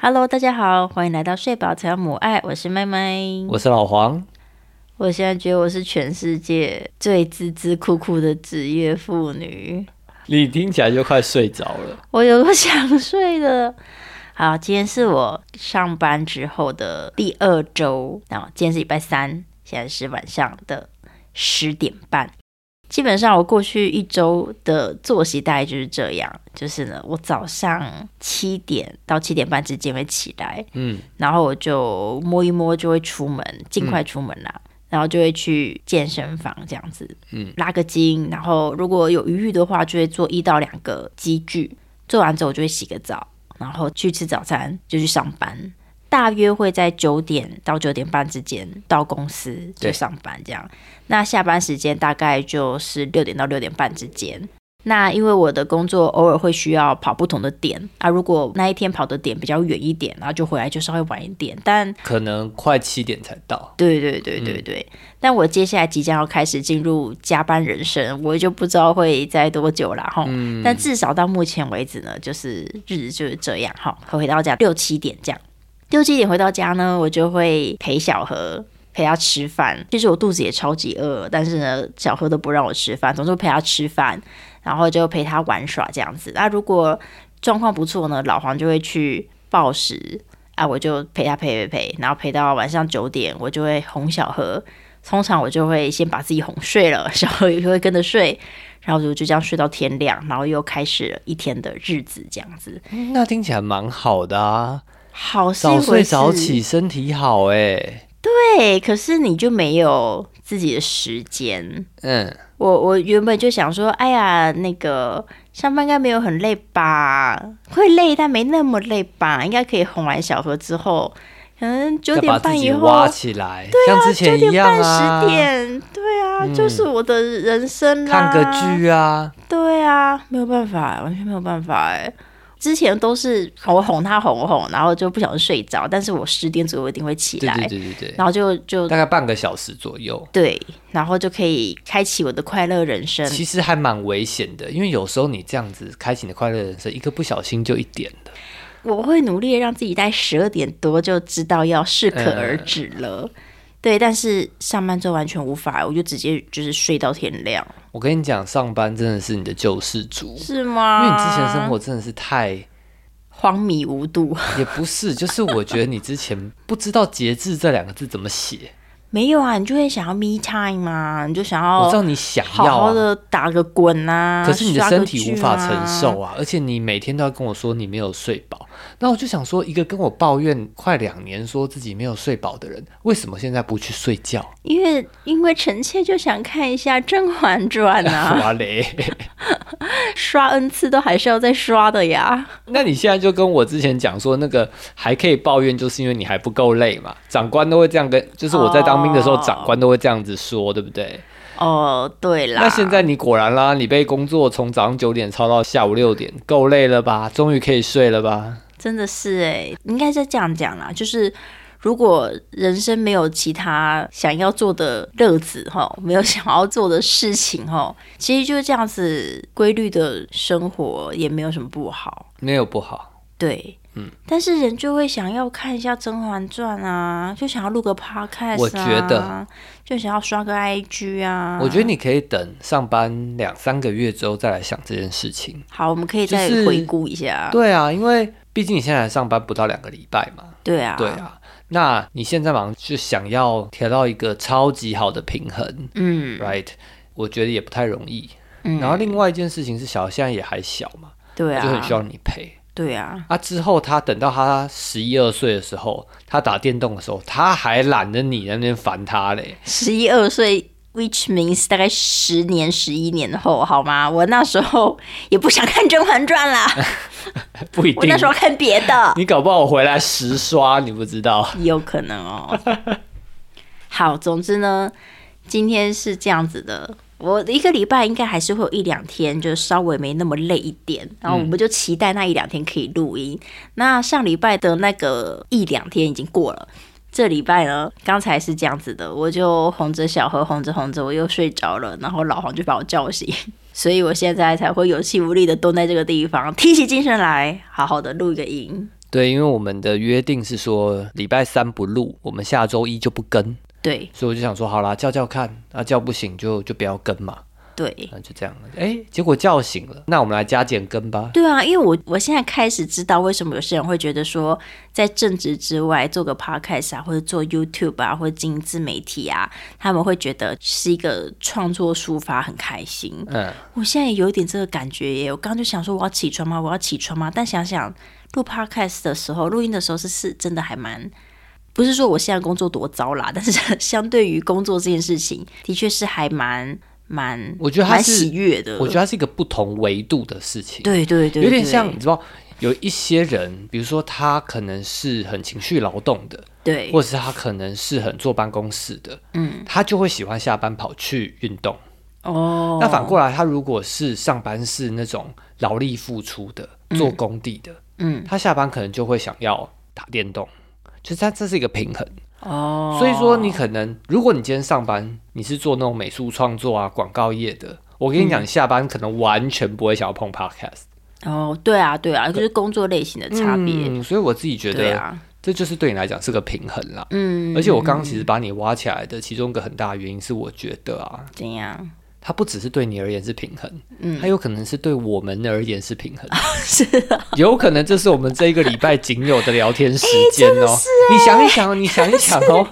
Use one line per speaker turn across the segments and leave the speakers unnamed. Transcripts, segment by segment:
Hello，大家好，欢迎来到睡饱才有母爱，我是麦麦。
我是老黄，
我现在觉得我是全世界最孜孜酷酷的职业妇女，
你听起来就快睡着了。
我有个想睡的。好，今天是我上班之后的第二周，然后今天是礼拜三，现在是晚上的十点半。基本上我过去一周的作息大概就是这样，就是呢，我早上七点到七点半之间会起来，
嗯，
然后我就摸一摸就会出门，尽快出门啦。然后就会去健身房这样子，
嗯，
拉个筋，然后如果有余裕的话，就会做一到两个肌具。做完之后，我就会洗个澡，然后去吃早餐，就去上班。大约会在九点到九点半之间到公司就
对
上班这样。那下班时间大概就是六点到六点半之间。那因为我的工作偶尔会需要跑不同的点啊，如果那一天跑的点比较远一点，然后就回来就稍微晚一点，但
可能快七点才到。
对对对对对，但我接下来即将要开始进入加班人生，我就不知道会待多久了哈。但至少到目前为止呢，就是日子就是这样哈。回到家六七点这样，六七点回到家呢，我就会陪小何。陪他吃饭，其实我肚子也超级饿，但是呢，小何都不让我吃饭，总是陪他吃饭，然后就陪他玩耍这样子。那如果状况不错呢，老黄就会去暴食，啊，我就陪他陪陪陪，然后陪到晚上九点，我就会哄小何。通常我就会先把自己哄睡了， 小何也会跟着睡，然后我就这样睡到天亮，然后又开始了一天的日子，这样子，
嗯那听起来蛮好的啊，
好是一
早
回
睡早
事
起，身体好哎、
对，可是你就没有自己的时间。
嗯，
我我原本就想说，哎呀，那个上班应该没有很累吧？会累，但没那么累吧？应该可以哄完小何之后，可能九
要
点
把
半
自
以
己
后啊
挖起来，像之
九
前
点
一样
半
啊，嗯
十点，对啊，就是我的人生啦。
看个，剧啊，
对啊，没有办法，完全没有办法哎。之前都是我哄他哄我哄，然后就不小心睡着，但是我十点左右一定会起
对
来，
对对对对，
然后就就
大概半个小时左右。
对，然后就可以开启我的快乐人生。
其实还蛮危险的，因为有时候你这样子开启你的快乐人生，一个不小心就一点了。
我会努力地让自己在十二点多就知道要适可而止了。
嗯
对，但是上班之后完全无法，我就直接就是睡到天亮，
我跟你讲，上班真的是你的救世主，
是啊
因
吗？
为你之前的生活真的是太
荒谬无度。
也不是，就是我觉得你之前不知道“节制”这两个字怎么写，
没有啊，你就会想要 me time 嘛，你就想
我
要
知道你想
好
要
哦好
啊，
的打个滚啊。
可是你的
刷个
身体无法
剧啊
承受啊，而且你每天都要跟我说你没有睡饱，那我就想说，一个跟我抱怨快两年说自己没有睡饱的人，为什么现在不去睡觉？
因为因为臣妾就想看一下《甄嬛传》 啊，
哇嘞！
刷 n 次都还是要再刷的呀。
那你现在就跟我之前讲说，那个还可以抱怨，就是因为你还不够累嘛，长官都会这样跟，就是我在当兵的时候，
哦
长官都会这样子说，对不对？
哦，对啦，
那现在你果然啦，你被工作从早上九点操到下午六点，够累了吧？终于可以睡了吧？
真的是哎、应该是这样讲啦，就是。如果人生没有其他想要做的乐子哈，没有想要做的事情哈，其实就是这样子规律的生活也没有什么不好。
没有不好，
对，嗯，但是人就会想要看一下《甄嬛传》啊，就想要录个 podcast，、啊、
我觉得，
就想要刷个 IG 啊。
我觉得你可以等上班两三个月之后再来想这件事情。
好，我们可以再
就是
回顾一下。
对啊，因为毕竟你现在才上班不到两个礼拜嘛。
对啊，
对，啊，那你现在忙就想要调到一个超级好的平衡
嗯，
，right？我觉得也不太容易。
嗯
然后另外一件事情是，小孩现在也还小嘛，
对
就很
啊
需，要你陪。
对啊，
啊，之后他等到他十一二岁的时候，他打电动的时候，他还懒得你在那边烦他嘞。
十一二岁。Which means 大概十年、十一年后，好吗？我那时候也不想看《甄嬛传》 啦，
不一
我
定
那，时候看别的。
你搞不好我回来十刷，你不知道。
有可能哦。好，总之呢，今天是这样子的。我一个礼拜应该还是会有一两天，就稍微没那么累一点，然后我们就期待那一两天可以录音。那上礼拜的那个一两天已经过了，这礼拜呢，刚才是这样子的，我就哄着小何，哄着哄着我又睡着了，然后老黄就把我叫醒， 所以我现在才会有气无力的蹲在这个地方，提起精神来，好好的录一个音。
对，因为我们的约定是说礼拜三不录，我们下周一就不更，
对
所以我就想说，好啦，叫叫看，啊叫不醒就就不要更嘛，
对
那就这样了。哎，结果叫醒了，那我们来加减更吧。
对啊，因为我我现在开始知道为什么有些人会觉得说，在正职之外做个 podcast 啊，或者做 YouTube 啊，或者经营自媒体啊，他们会觉得是一个创作抒发，很开心。
嗯，
我现在有一点这个感觉耶，我刚刚就想说我要起床吗？我要起床吗？但想想录 podcast 的时候，录音的时候是是真的还蛮，不是说我现在工作多糟啦，但是 相对于工作这件事情，的确是还蛮蛮，
我觉得它
蛮
是
喜悦的。
我觉得它是一个不同维度的事情，
对对对，
有点
对
像你知道，有一些人，比如说他可能是很情绪劳动的，
对
或者是他可能是很坐办公室的，嗯，他就会喜欢下班跑去运动。
哦，
那反过来，他如果是上班是那种劳力付出的，做工地的，
嗯
他下班可能就会想要打电动，就是他这是一个平衡。
哦，
所以说，你可能如果你今天上班，你是做那种美术创作啊、广告业的，我跟你
嗯
讲，你下班可能完全不会想要碰 podcast
哦，对啊对啊，就是工作类型的差别，
嗯所以我自己觉
对
得，
啊，
这就是对你来讲是个平衡啦。
嗯，
而且我刚刚其实把你挖起来的其中一个很大的原因是，我觉得啊，
怎样？
它不只是对你而言是平衡，嗯，它有可能是对我们而言是平衡，
是啊，哎
有可能这是我们这一个礼拜仅有的聊天时间哦。你想一想哦，你想一想哦，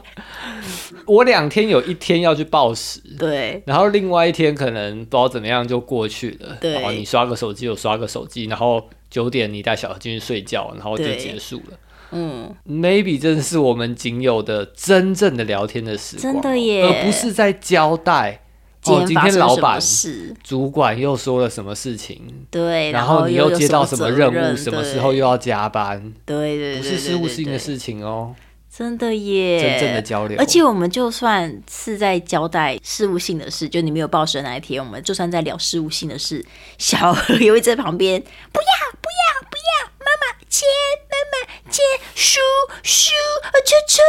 我两天有一天要去暴食，
对
然后另外一天可能不知道怎么样就过去了，
对
然后你刷个手机，我刷个手机，然后九点你带小孩进去睡觉，然后就
对
结束了。
嗯
Maybe 这是我们仅有的真正的聊天的时光哦、
真的耶
而不是在交代。哦，
今
今
天发
天
生
老
什么
板、
事？
主管又说了什么事情，
对，
然
后
你
又有
接到什
什
么
责
任务，
任
什么时候又要加班，
对对对对
不
对
是事务
对
性的
对
事情哦，
真的耶，
真正的。交流。
而且我们就算是在交代事务性的事，就你没有报社那一天，我们就算在聊事务性的事，小何也会在旁边，不要不要不要，妈妈切，妈妈切，叔叔，呃，车车，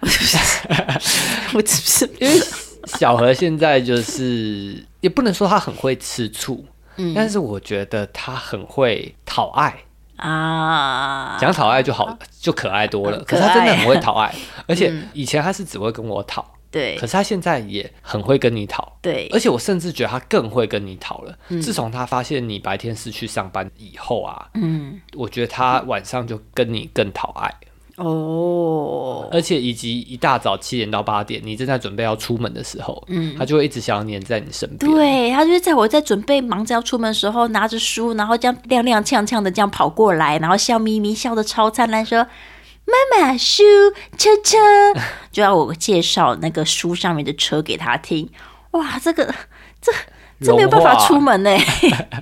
呃，我是不是？
因为小何现在就是也不能说他很会吃醋，
嗯
但是我觉得他很会讨爱，
啊，
讲讨爱就好就可爱多了。
嗯
可是他
可爱嗯
真的很会讨 爱，而且以前他是只会跟我讨，
对
可是他现在也很会跟你讨。
对
而且我甚至觉得他更会跟你讨了。自从他发现你白天是去上班以后啊，
嗯，
我觉得他晚上就跟你更讨爱，
哦，
而且以及一大早七点到八点，你正在准备要出门的时候，嗯，他就会一直想要黏在你身边。
对他就是在我在准备忙着要出门的时候，拿着书，然后这样踉踉跄跄的这样跑过来，然后笑眯眯，笑得超灿烂，说：“妈妈，书车车。” 就要我介绍那个书上面的车给他听。哇，这
啊
个这这没有办
融
法
化
出门 呢、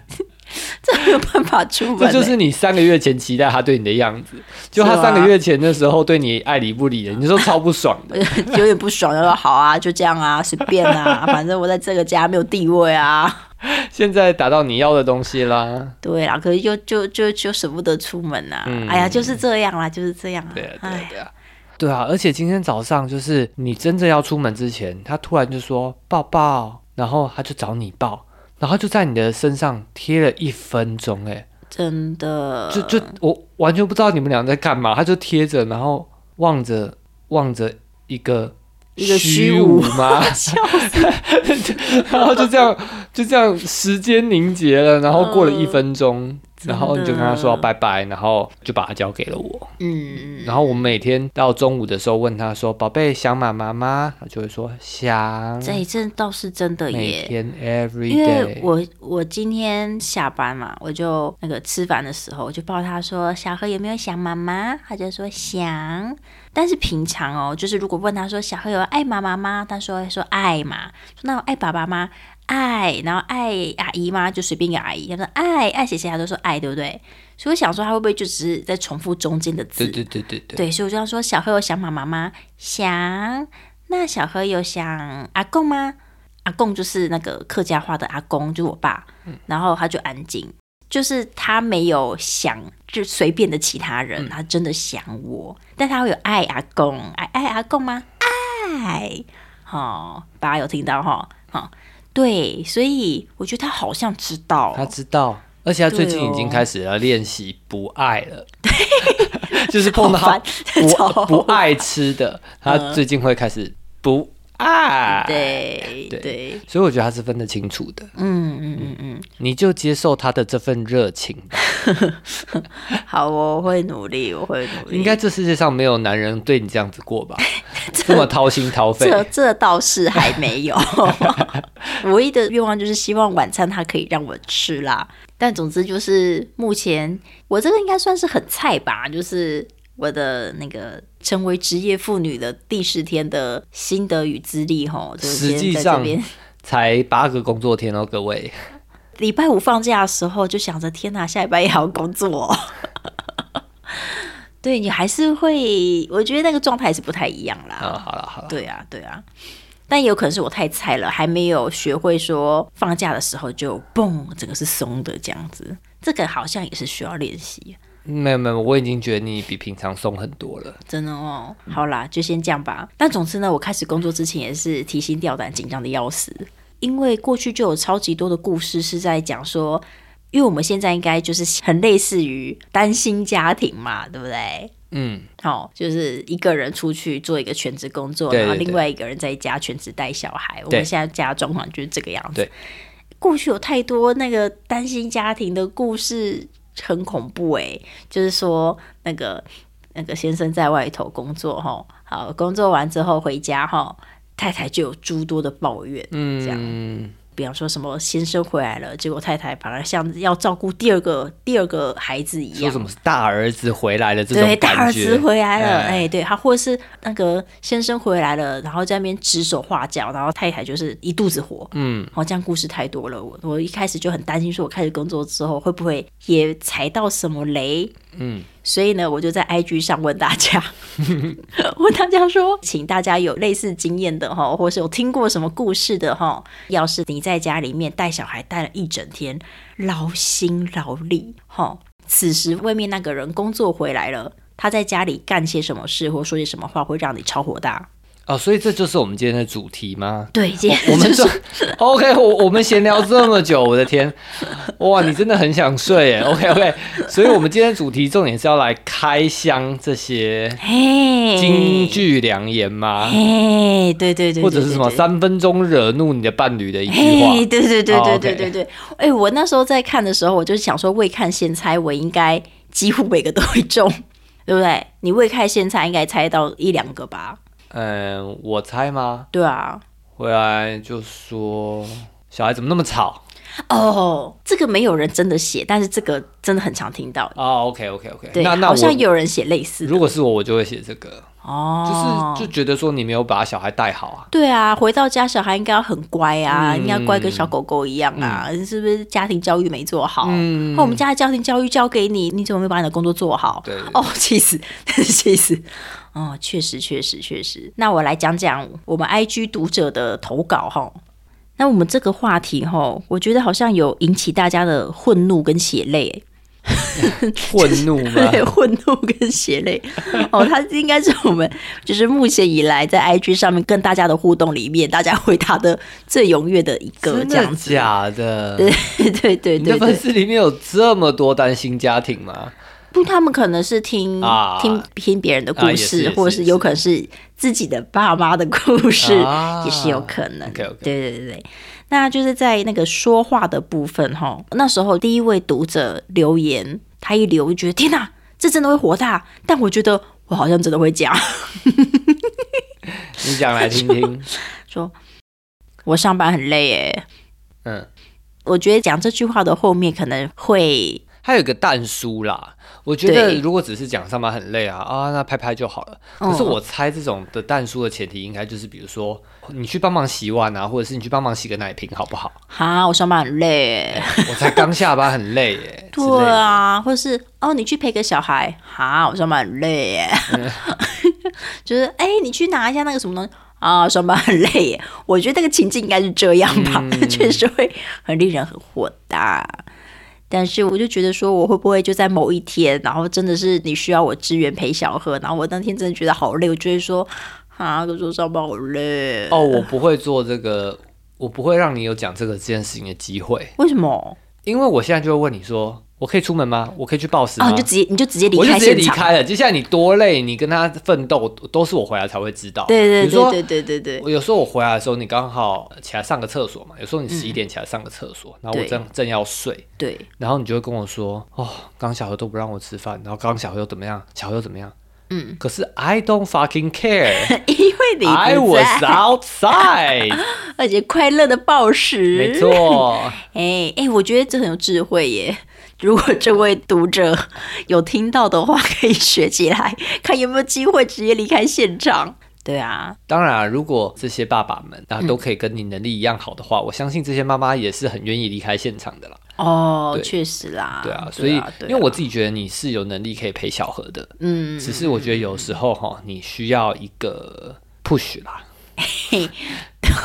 这没有办法出门、
这
欸，
就是你三个月前期待他对你的 样子，就他
是吗啊
三个月前的时候对你爱理不理的， 你就超不爽的。
有点不爽，就说好啊，就这样啊，随便啊， 反正我在这个家没有地位啊。
现在达到你要的东西啦，
对啊，可是就就就就舍不得出门啊。
嗯
哎呀，就是这样啦，就是这样啊。
对啊，对
哎
啊，对啊，对啊。而且今天早上就是你真正要出门之前，他突然就说抱抱，然后他就找你抱，然后就在你的身上贴了一分钟、欸，
真的，
就就我完全不知道你们俩在干嘛，他就贴着，然后望着望着一个
一个虚
虚
无
无 吗？然后就这样就这样时间凝结了，然后过了一分钟，
嗯真的
然后你就跟他说拜拜，然后就把它交给了我。
嗯，
然后我每天到中午的时候问他说：“宝贝，想妈妈吗？”他就会说想。
这一阵倒是真的
每
耶。
天 every
因为
day，
我我今天下班嘛，我就那个吃饭的时候，我就抱他说：“小何有没有想妈妈？”他就说想。但是平常哦，就是如果问他说：“小何有爱妈妈吗？”他说会说爱嘛。说那我爱爸爸吗？爱。然后爱阿姨吗？就随便一个阿姨。他说爱爱谁谁，他都说爱，对不对？所以我想说他会不会就只是在重复中间的字？
对对对对对，
对，所以我就要说小何有想妈妈吗？想。那小何有想阿公吗？阿公就是那个客家话的阿公，就是我爸。
嗯
然后他就安静，就是他没有想就随便的其他
嗯
人，他真的想我，但他会有爱阿公，爱爱阿公吗？爱，哦，大家有听到哈？哦，对，所以我觉得他好像知道，
他知道，而且他最近已经开始要练习不爱 了，就是碰到他
好
不
烦
不爱吃的，他最近会开始不爱。，
嗯对
对
对，
所以我觉得他是分得清楚的，
嗯嗯嗯嗯，
你就接受他的这份热情吧。
好哦，我会努力，我会努力。
应该这世界上没有男人对你这样子过 吧？这么掏心掏肺，
这这倒是还没 有，唯一的愿望就是希望晚餐它可以让我吃啦。但总之就是目前我这个应该算是很菜吧，就是我的那个成为职业妇女的第十天的心得与资历吼，就
实
是
际
先在
上
这边。
才八个工作天哦，各位。
礼拜五放假的时候就想着，天哪，下礼拜也要工作、 哦。对你还是会，我觉得那个状态是不太一样啦。
啊、好了好了，
对啊，对啊。但也有可能是我太菜了，还没有学会说放假的时候就蹦，整个是松的这样子。这个好像也是需要练习，
没有没有，我已经觉得你比平常松很多了。
真的哦。好啦，就先这样吧。但总之呢，我开始工作之前也是提心吊胆、紧张的要死，因为过去就有超级多的故事是在讲说，因为我们现在应该就是很类似于单薪家庭嘛，对不对？
嗯，
好、就是一个人出去做一个全职工作，
对对
然后
对
另外一个人在家全职带小孩。我
对
们现在家的状况就是这个样子。
对
过去有太多那个单亲家庭的故事，很恐怖哎、就是说那个那个先生在外头工作哈，好工作完之后回家哈，太太就有诸多的抱怨，嗯，这样。
嗯，
比方说什么先生回来了，结果太太反而像要照顾第二个第二个孩子一
说
样
什，么大儿子回来了这种
对，
感觉，
大儿子回来了，
哎
哎、对他，或者是那个先生回来了，然后在那边指手画脚，然后太太就是一肚子火，
嗯，
哦，这样故事太多了，我我一开始就很担心，说我开始工作之后会不会也踩到什么雷，
嗯，
所以呢，我就在 IG 上问大家，问大家说，请大家有类似经验的哈，或是有听过什么故事的哈，要是你在家里面带小孩带了一整天，劳心劳力哈，此时外面那个人工作回来了，他在家里干些什么事或说些什么话，会让你超火大？
哦，所以这就是我们今天的主 题吗？
对，今天
哦我们
就是
就 OK，我我们闲聊这么久，我的天，哇，你真的很想睡耶！OK OK，所以我们今天的主题重点是要来开箱这些
嘿，
金句良言吗？
嘿，对对对对，
或者是什么
对对
三分钟惹怒你的伴侣的一句话
嘿，？对对对
哦
对
，OK
对对对，哎、我那时候在看的时候，我就想说，未看先猜，我应该几乎每个都会中，对不对？你未看先猜，应该猜到一两个吧？
嗯，我猜吗？
对啊，
回来就说小孩怎么那么吵
哦，这个没有人真的写，但是这个真的很常听到，
啊？OK OK OK，
对，
那那
好
我
像有人写类似的，
如果是我，我就会写这个，
哦，
就是就觉得说你没有把小孩带好啊。
对啊，回到家小孩应该要很乖啊，
嗯
应该乖跟小狗狗一样啊，是不是家庭教育没做好？哦
嗯
那、我们家的家庭教育交给你，你怎么没有把你的工作做好？
对对
哦，气死， 气死。哦，确实，确实，确实。那我来讲讲我们 IG 读者的投稿哈。那我们这个话题哈，我觉得好像有引起大家的愤怒跟血泪、欸
愤怒 吗？
对，混怒跟血泪。哦，它应该是我们就是目前以来在 IG 上面跟大家的互动里面，大家回答的最踊跃的一个
真
这样
的
子。
假的？
对对对
你的
对
粉
对，
丝里面有这么多单亲家庭吗？
不，他们可能是听、
啊
听听别人的
啊
故
也是
事，
也是
或者是有可能是自己的爸妈的故事，
啊
也是有可能。
OK，OK
对对对对，那就是在那个说话的部分哈，那时候第一位读者留言，他一留就觉得天哪，这真的会火大，但我觉得我好像真的会讲。
你讲来听 听。
说我上班很累耶。
嗯，
我觉得讲这句话的后面可能会
还有一个蛋叔啦，我觉得
对
如果只是讲上班很累啊啊，那拍拍就好了。
嗯
可是我猜这种的蛋叔的前提应该就是，比如说你去帮忙洗碗啊，或者是你去帮忙洗个奶瓶，好不好？
哈，我上班很累耶。
我才刚下班很累 耶。之类
对
的，
啊，或是哦，你去陪个小孩，哈，我上班很累耶。 就是哎、你去拿一下那个什么东西。啊，上班很累耶。我觉得那个情境应该是这样吧，
嗯
确实会很令人很火大。但是我就觉得说，我会不会就在某一天，然后真的是你需要我支援陪小贺，然后我那天真的觉得好累，我就会说，啊，可是我上班好累。
哦哦，我不会做这个，我不会让你有讲这个这件事情的机会，
为什么？
因为我现在就会问你说，我可以出门吗？我可以去暴食
哦，
吗？
你就直接你就直接离
我就
开
直接
现
离
场。
开了。接下来你多累，你跟他奋斗，都是我回来才会知道。
对对
比如说
对对对对对，
我有时候我回来的时候，你刚好起来上个厕所嘛。有时候你十一点起来上个厕所，然后我
嗯对
正正要睡，
对，
然后你就会跟我说：“哦，刚小何都不让我吃饭，然后刚小何又怎么样，小何又怎么样。”
嗯，
可是 I don't fucking care.
因为 你
I
不
was
在，
outside.
而且快乐的暴食，
没错，
哎哎，我觉得这很有智慧耶。 如果这位读者有听到的话，可以学起来，看有没有机会直接离开现场。对啊，
当然啊、如果这些爸爸们
嗯
啊都可以跟你能力一样好的话，我相信这些妈妈也是很愿意离开现场的啦。
哦
对，
确实啦，
对啊，所以、
对啊
因为我自己觉得你是有能力可以陪小何的，
嗯，
只是我觉得有时候哈，你需要一个 push 啦，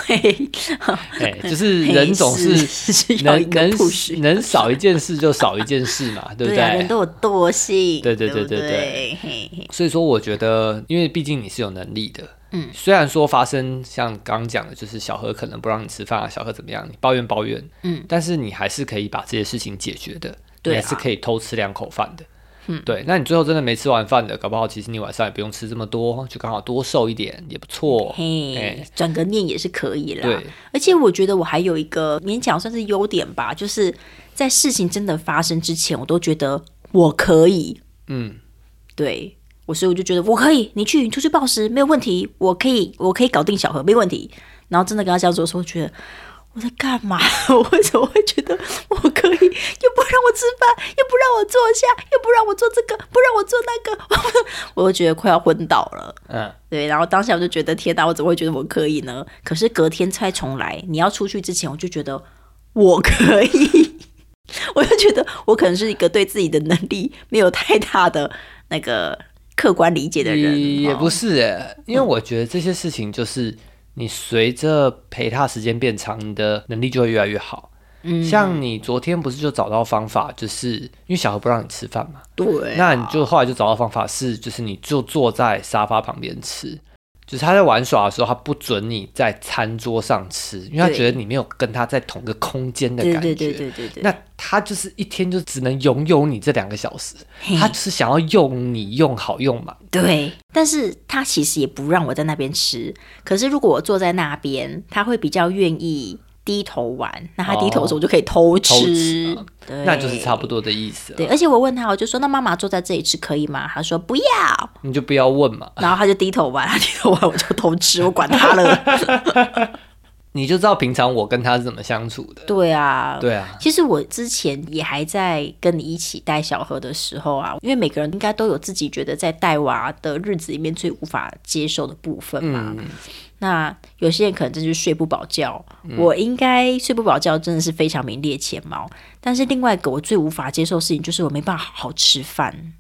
对，
哎、就是人总
嘿
是
是是 要
能
一个
能
push，
能少一件事就少一件事嘛，对不
对
对？
啊，人都有惰性，
对对对
对
对
不
对
嘿嘿
所以说，我觉得，因为毕竟你是有能力的，
嗯，
虽然说发生像刚刚讲的，就是小何可能不让你吃饭啊，小何怎么样，你抱怨抱怨，
嗯，
但是你还是可以把这些事情解决的，
对啊
你还是可以偷吃两口饭的，嗯，对，那你最后真的没吃完饭的，搞不好其实你晚上也不用吃这么多，就刚好多瘦一点也不错，哎
嘿，转个念也是可以啦。
对，
而且我觉得我还有一个勉强算是优点吧，就是在事情真的发生之前，我都觉得我可以，
嗯，
对我，所以我就觉得我可以，你去，你出去暴食没有问题，我可以，我可以搞定小何没问题。然后真的跟他相处的时候，我觉得我在干嘛？ 我为什么会觉得我可以？又不让我吃饭，又不让我坐下，又不让我做这个，不让我做那个， 我就觉得快要昏倒了。
嗯，
对，然后当下我就觉得天哪，我怎么会觉得我可以呢？可是隔天再重来，你要出去之前，我就觉得我可以， 我就觉得我可能是一个对自己的能力没有太大的那个客观理解的人，
也也
哦
不是、哎，因为我觉得这些事情就是你随着陪他时间变长，你的能力就会越来越好。
嗯
像你昨天不是就找到方法，就是因为小何不让你吃饭嘛，
对啊、
那你就后来就找到方法是，就是你就坐在沙发旁边吃，就是他在玩耍的时候，他不准你在餐桌上吃，因为他
对
觉得你没有跟他在同个空间的
对
感觉。
对对对对对，
那他就是一天就只能拥有你这两个小时，他就是想要用你用好用满。
对，但是他其实也不让我在那边吃。可是如果我坐在那边，他会比较愿意低头玩。那他低头的时候，我就可以偷吃，
哦偷吃啊
对，
那就是差不多的意思了
对，而且我问他，我就说：“那妈妈坐在这里吃可以吗？”他说：“不要。
你就不要问嘛”，
然后他就低头玩，他低头玩，我就偷吃，我管他了。
你就知道平常我跟他是怎么相处的。
对啊，
对啊，
其实我之前也还在跟你一起带小何的时候啊，因为每个人应该都有自己觉得在带娃的日子里面最无法接受的部分嘛。那有些人可能真就是睡不饱觉，我应该睡不饱觉真的是非常名列前茅。但是另外一个我最无法接受的事情就是我没办法好好吃饭。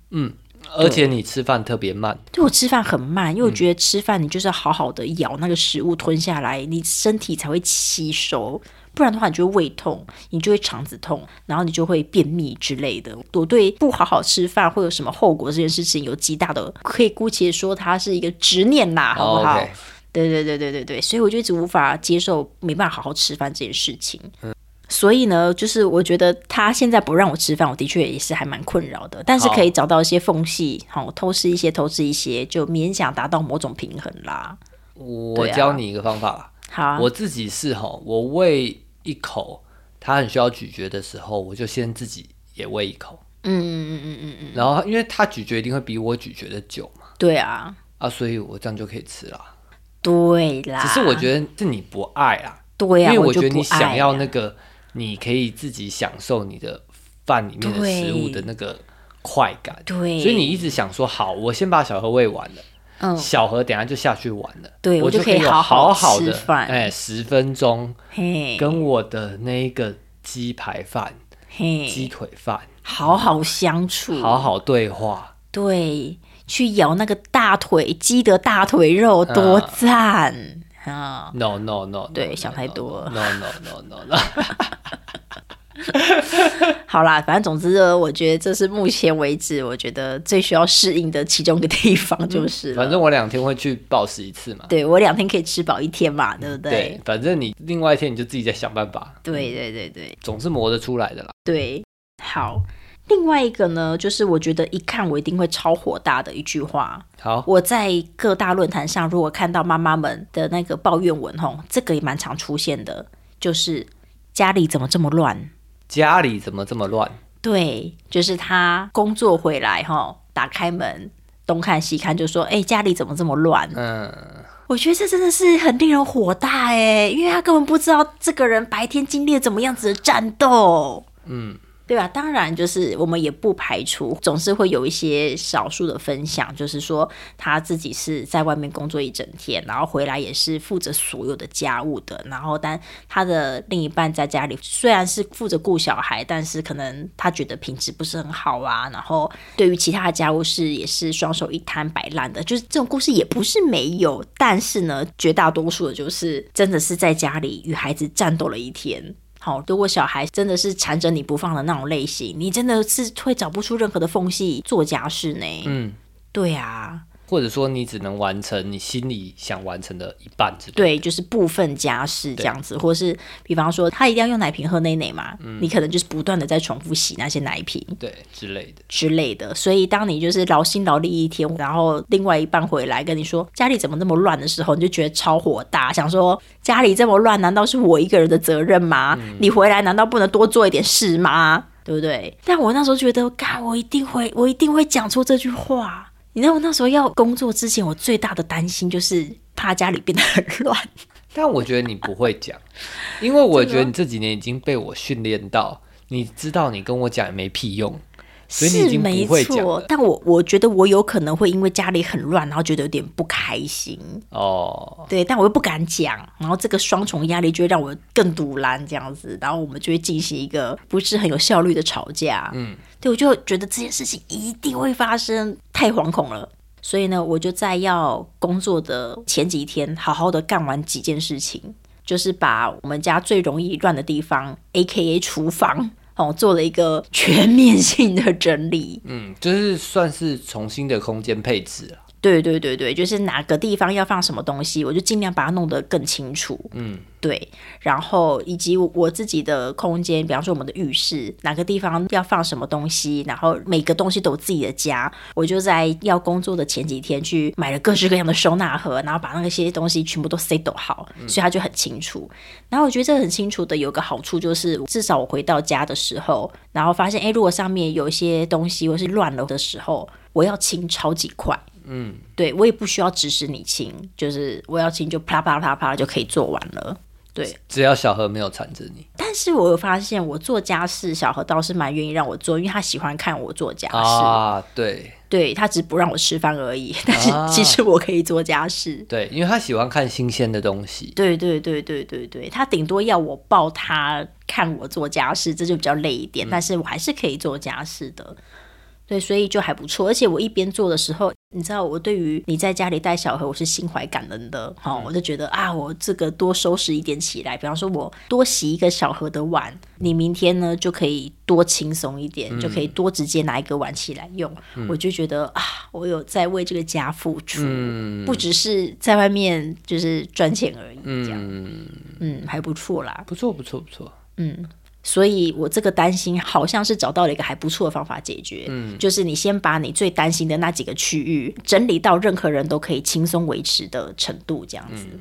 而且你吃饭特别慢，
对我吃饭很慢，因为我觉得吃饭你就是要好好的咬那个食物吞下来，你身体才会吸收，不然的话你就会胃痛，你就会肠子痛，然后你就会便秘之类的。我对不好好吃饭会有什么后果这件事情有极大的， 可以姑且说它是一个执念啦，好不好
o k
对对对对对对，所以我就一直无法接受没办法好好吃饭这件事情。
嗯
所以呢，就是我觉得他现在不让我吃饭，我的确也是还蛮困扰的，但是
好
可以找到一些缝隙，好、偷吃一些，偷吃一些，就勉强达到某种平衡啦。
我
对啊
教你一个方法啦，
好啊，
我自己是哈，我喂一口，它很需要咀嚼的时候，我就先自己也喂一口，
嗯嗯嗯嗯嗯，
然后因为它咀嚼一定会比我咀嚼的久嘛，
对啊，
啊，所以我这样就可以吃啦。
对啦，
只是我觉得是你不爱啦，
啊对
因
啊，
为
我就
觉得
不
你想
爱
要
啊
那个，你可以自己享受你的饭里面的食物
对
的那个快感，
对，
所以你一直想说，好，我先把小何喂完了。
嗯
小何等一下就下去玩了，
对
我
我就
可
可以
以有
好好
好好
吃
的，
饭
哎，十分钟
嘿
跟我的那一个鸡排饭、鸡
嘿，
腿饭
好好相处，
好好对话。
对，去咬那个大腿鸡的大腿肉，多赞啊！
No no no，, no
对
no,
想太多
No no no no no，
好啦，反正总之呢，我觉得这是目前为止我觉得最需要适应的其中一个地方，就是了、
嗯反正我两天会去暴食一次嘛。
对我两天可以吃饱一天嘛，对不对？
对，反正你另外一天你就自己再想办法，
对对对对
总是磨得出来的啦。
对，好。另外一个呢，就是我觉得一看我一定会超火大的一句话。
好，
我在各大论坛上，如果看到妈妈们的那个抱怨文，吼，这个也蛮常出现的，就是家里怎么这么乱？
家里怎么这么乱？
对，就是她工作回来，吼，打开门东看西看，就说：“哎、家里怎么这么乱？”啊
嗯，
我觉得这真的是很令人火大哎，因为他根本不知道这个人白天经历了怎么样子的战斗，
嗯，
对吧？当然，就是我们也不排除，总是会有一些少数的分享，就是说他自己是在外面工作一整天，然后回来也是负责所有的家务的，然后但他的另一半在家里虽然是负责顾小孩，但是可能他觉得品质不是很好啊，然后对于其他的家务事也是双手一摊摆烂的，就是这种故事也不是没有，但是呢，绝大多数的就是真的是在家里与孩子战斗了一天。好，如果小孩真的是缠着你不放的那种类型，你真的是会找不出任何的缝隙做家事呢。
嗯，
对啊，
或者说你只能完成你心里想完成的一半之类的。
对，就是部分家事这样子，或是比方说他一定要用奶瓶喝奶奶嘛，你可能就是不断的在重复洗那些奶瓶。
对之类的，
之类的，所以当你就是劳心劳力一天，然后另外一半回来跟你说家里怎么那么乱的时候，你就觉得超火大，想说家里这么乱，难道是我一个人的责任吗？
嗯
你回来难道不能多做一点事吗？对不对？但我那时候觉得，干，我一定会，我一定会讲出这句话。你知道我那时候要工作之前，我最大的担心就是怕家里变得很乱。
但我觉得你不会讲， 因为我觉得你这几年已经被我训练到，你知道你跟我讲也没屁用，所以你已
是
经
没
不会讲
错
了，
但我我觉得我有可能会因为家里很乱，然后觉得有点不开心。
哦。
对，但我又不敢讲，然后这个双重压力就会让我更堵拦这样子，然后我们就会进行一个不是很有效率的吵架。嗯，对，我就觉得这件事情一定会发生，太惶恐了。所以呢，我就在要工作的前几天，好好的干完几件事情，就是把我们家最容易乱的地方，A K A 厨房，哦，做了一个全面性的整理。
嗯，就是算是重新的空间配置了。
对对对对，就是哪个地方要放什么东西，我就尽量把它弄得更清楚。嗯，对。然后以及我自己的空间，比方说我们的浴室，哪个地方要放什么东西，然后每个东西都有自己的家。我就在要工作的前几天去买了各式各样的收纳盒，然后把那些东西全部都 set 好，所以它就很清楚。然后我觉得这很清楚的有个好处就是，至少我回到家的时候，然后发现，诶，如果上面有一些东西或是乱了的时候，我要清超级快。对我也不需要指使你清，就是我要清就啪啪啪啪就可以做完了。对，
只要小何没有缠着你
但是我有发现，我做家事，小何倒是蛮愿意让我做，因为他喜欢看我做家事，
啊，对
对他只不让我吃饭而已。但是
啊
其实我可以做家事，
对，因为他喜欢看新鲜的东西。
对对对对对对，他顶多要我抱他看我做家事，这就比较累一点，但是我还是可以做家事的。对，所以就还不错。而且我一边做的时候，你知道，我对于你在家里带小孩，我是心怀感恩的。好、我就觉得啊，我这个多收拾一点起来，比方说我多洗一个小盒的碗，你明天呢就可以多轻松一点，就可以多直接拿一个碗起来用。我就觉得啊，我有在为这个家付出，
嗯
不只是在外面就是赚钱而已，这样，嗯，还不错啦。嗯
不错，不错，不错。
所以我这个担心好像是找到了一个还不错的方法解决，嗯，就是你先把你最担心的那几个区域整理到任何人都可以轻松维持的程度，这样子。
嗯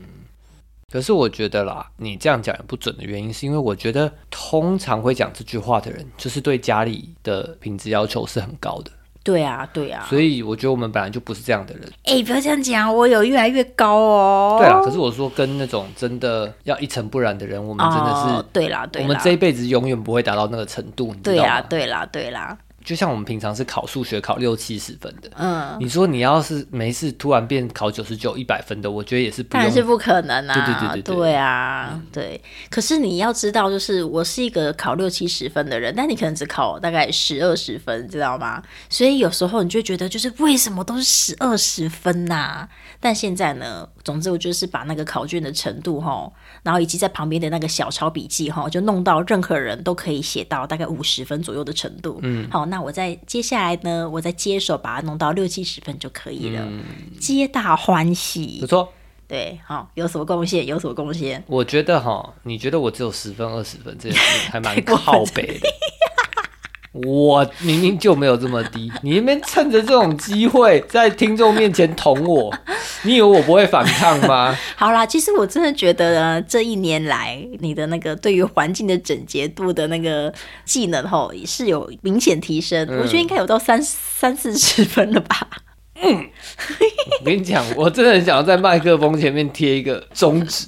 可是我觉得啦，你这样讲也不准的原因，是因为我觉得通常会讲这句话的人，就是对家里的品质要求是很高的，
对啊，对啊，
所以我觉得我们本来就不是这样的人。
哎、不要这样讲，我有越来越高哦。
对啦，可是我说跟那种真的要一尘不染的人，我们真的是，
哦，对啦，对啦，
我们这一辈子永远不会达到那个程度，你知
对啊
道
啦，
吗？
对啦，对啦，
就像我们平常是考数学考六七十分的，
嗯，
你说你要是没事突然变考九十九、一百分的，我觉得也是不
当然是
用。
不可能啊，
对对对嗯对对
啊，对。可是你要知道，就是我是一个考六七十分的人，但你可能只考大概十二十分，知道吗？所以有时候你就觉得，就是为什么都是十二十分呐、但现在呢，总之我就是把那个考卷的程度哈，然后以及在旁边的那个小抄笔记哈，就弄到任何人都可以写到大概五十分左右的程度。嗯，好，那我再接下来呢，我再接手把它弄到六七十分就可以了，
嗯
皆大欢喜。
不错，
对，好、有所贡献，有所贡献。
我觉得哈，你觉得我只有十分、二十分，这件事情还蛮
我们
靠北的。我明明就没有这么低，你那边趁着这种机会在听众面前捅我，你以为我不会反抗 吗？
好啦，其实我真的觉得呢，这一年来你的那个对于环境的整洁度的那个技能吼是有明显提升，
嗯
我觉得应该有到三三四十分了吧。
我跟你讲，我真的很想要在麦克风前面贴一个中指。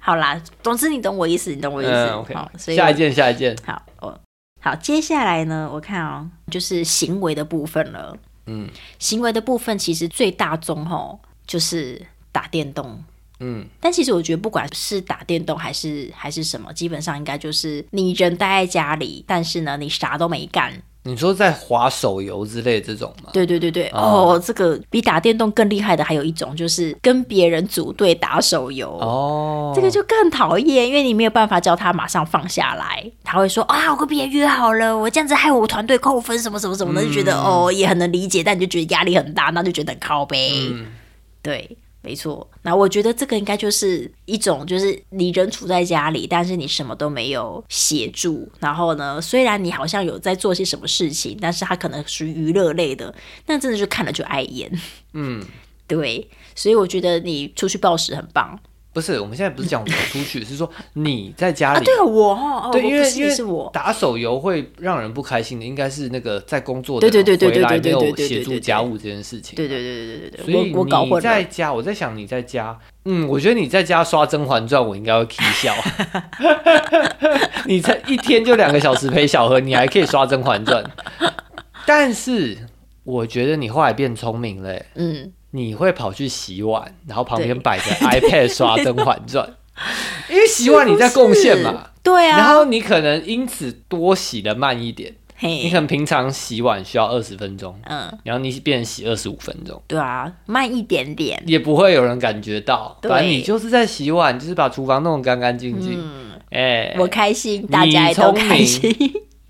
好啦，总之你懂我意思，你懂我意思。
嗯，OK，
好，所以
下一
我
件，下一件，
好，我好，接下来呢，我看哦，就是行为的部分了。
嗯
行为的部分其实最大宗吼就是打电动。
嗯，
但其实我觉得，不管是打电动还是还是什么，基本上应该就是你人待在家里，但是呢，你啥都没干。
你说在划手游之类这种吗？
对对对对，
哦
哦，这个比打电动更厉害的还有一种，就是跟别人组队打手游。
哦，
这个就更讨厌，因为你没有办法叫他马上放下来，他会说啊，我跟别人约好了，我这样子害我团队扣分什么什么什么的，就觉
嗯
得哦也很能理解，但你就觉得压力很大，那就觉得很靠背。
嗯
对，没错。那我觉得这个应该就是一种，就是你人处在家里，但是你什么都没有协助。然后呢，虽然你好像有在做些什么事情，但是它可能属于娱乐类的，那真的就看了就碍眼。
嗯，
对，所以我觉得你出去暴食很棒
不是，我们现在不是讲我 出去，是说你在家
啊！
里。
对啊，我哦，哦
对，
我
因
不
为
是
因
你
为
是我，
打手游会让人不开心的，应该是那个在工作的
对
人
对对对
回来
对
没
对对对
有
对
协助
对对
家务这件事情。
对对对对对对
所
对，
以
我我搞
你
混
在
了。
家，我在想你在家，嗯，我觉得你在家刷《甄嬛传》，我应该会 k 笑。 你才一天就两个小时陪小何，你还可以刷《甄嬛传》， 但是我觉得你后来变聪明了欸，
嗯，
你会跑去洗碗，然后旁边
对
摆着 iPad 刷《甄嬛 传》，因为洗碗你在贡献嘛，
是？对啊，
然后你可能因此多洗的慢一点，你
嘿
可，能平常洗碗需要二十分钟，
嗯，
然后你变成洗二十五分钟。
对啊，慢一点点，
也不会有人感觉到，
对
反正你就是在洗碗，就是把厨房弄得干干净净。
嗯，
哎、
我开心，大家也
聪
都开
明
心。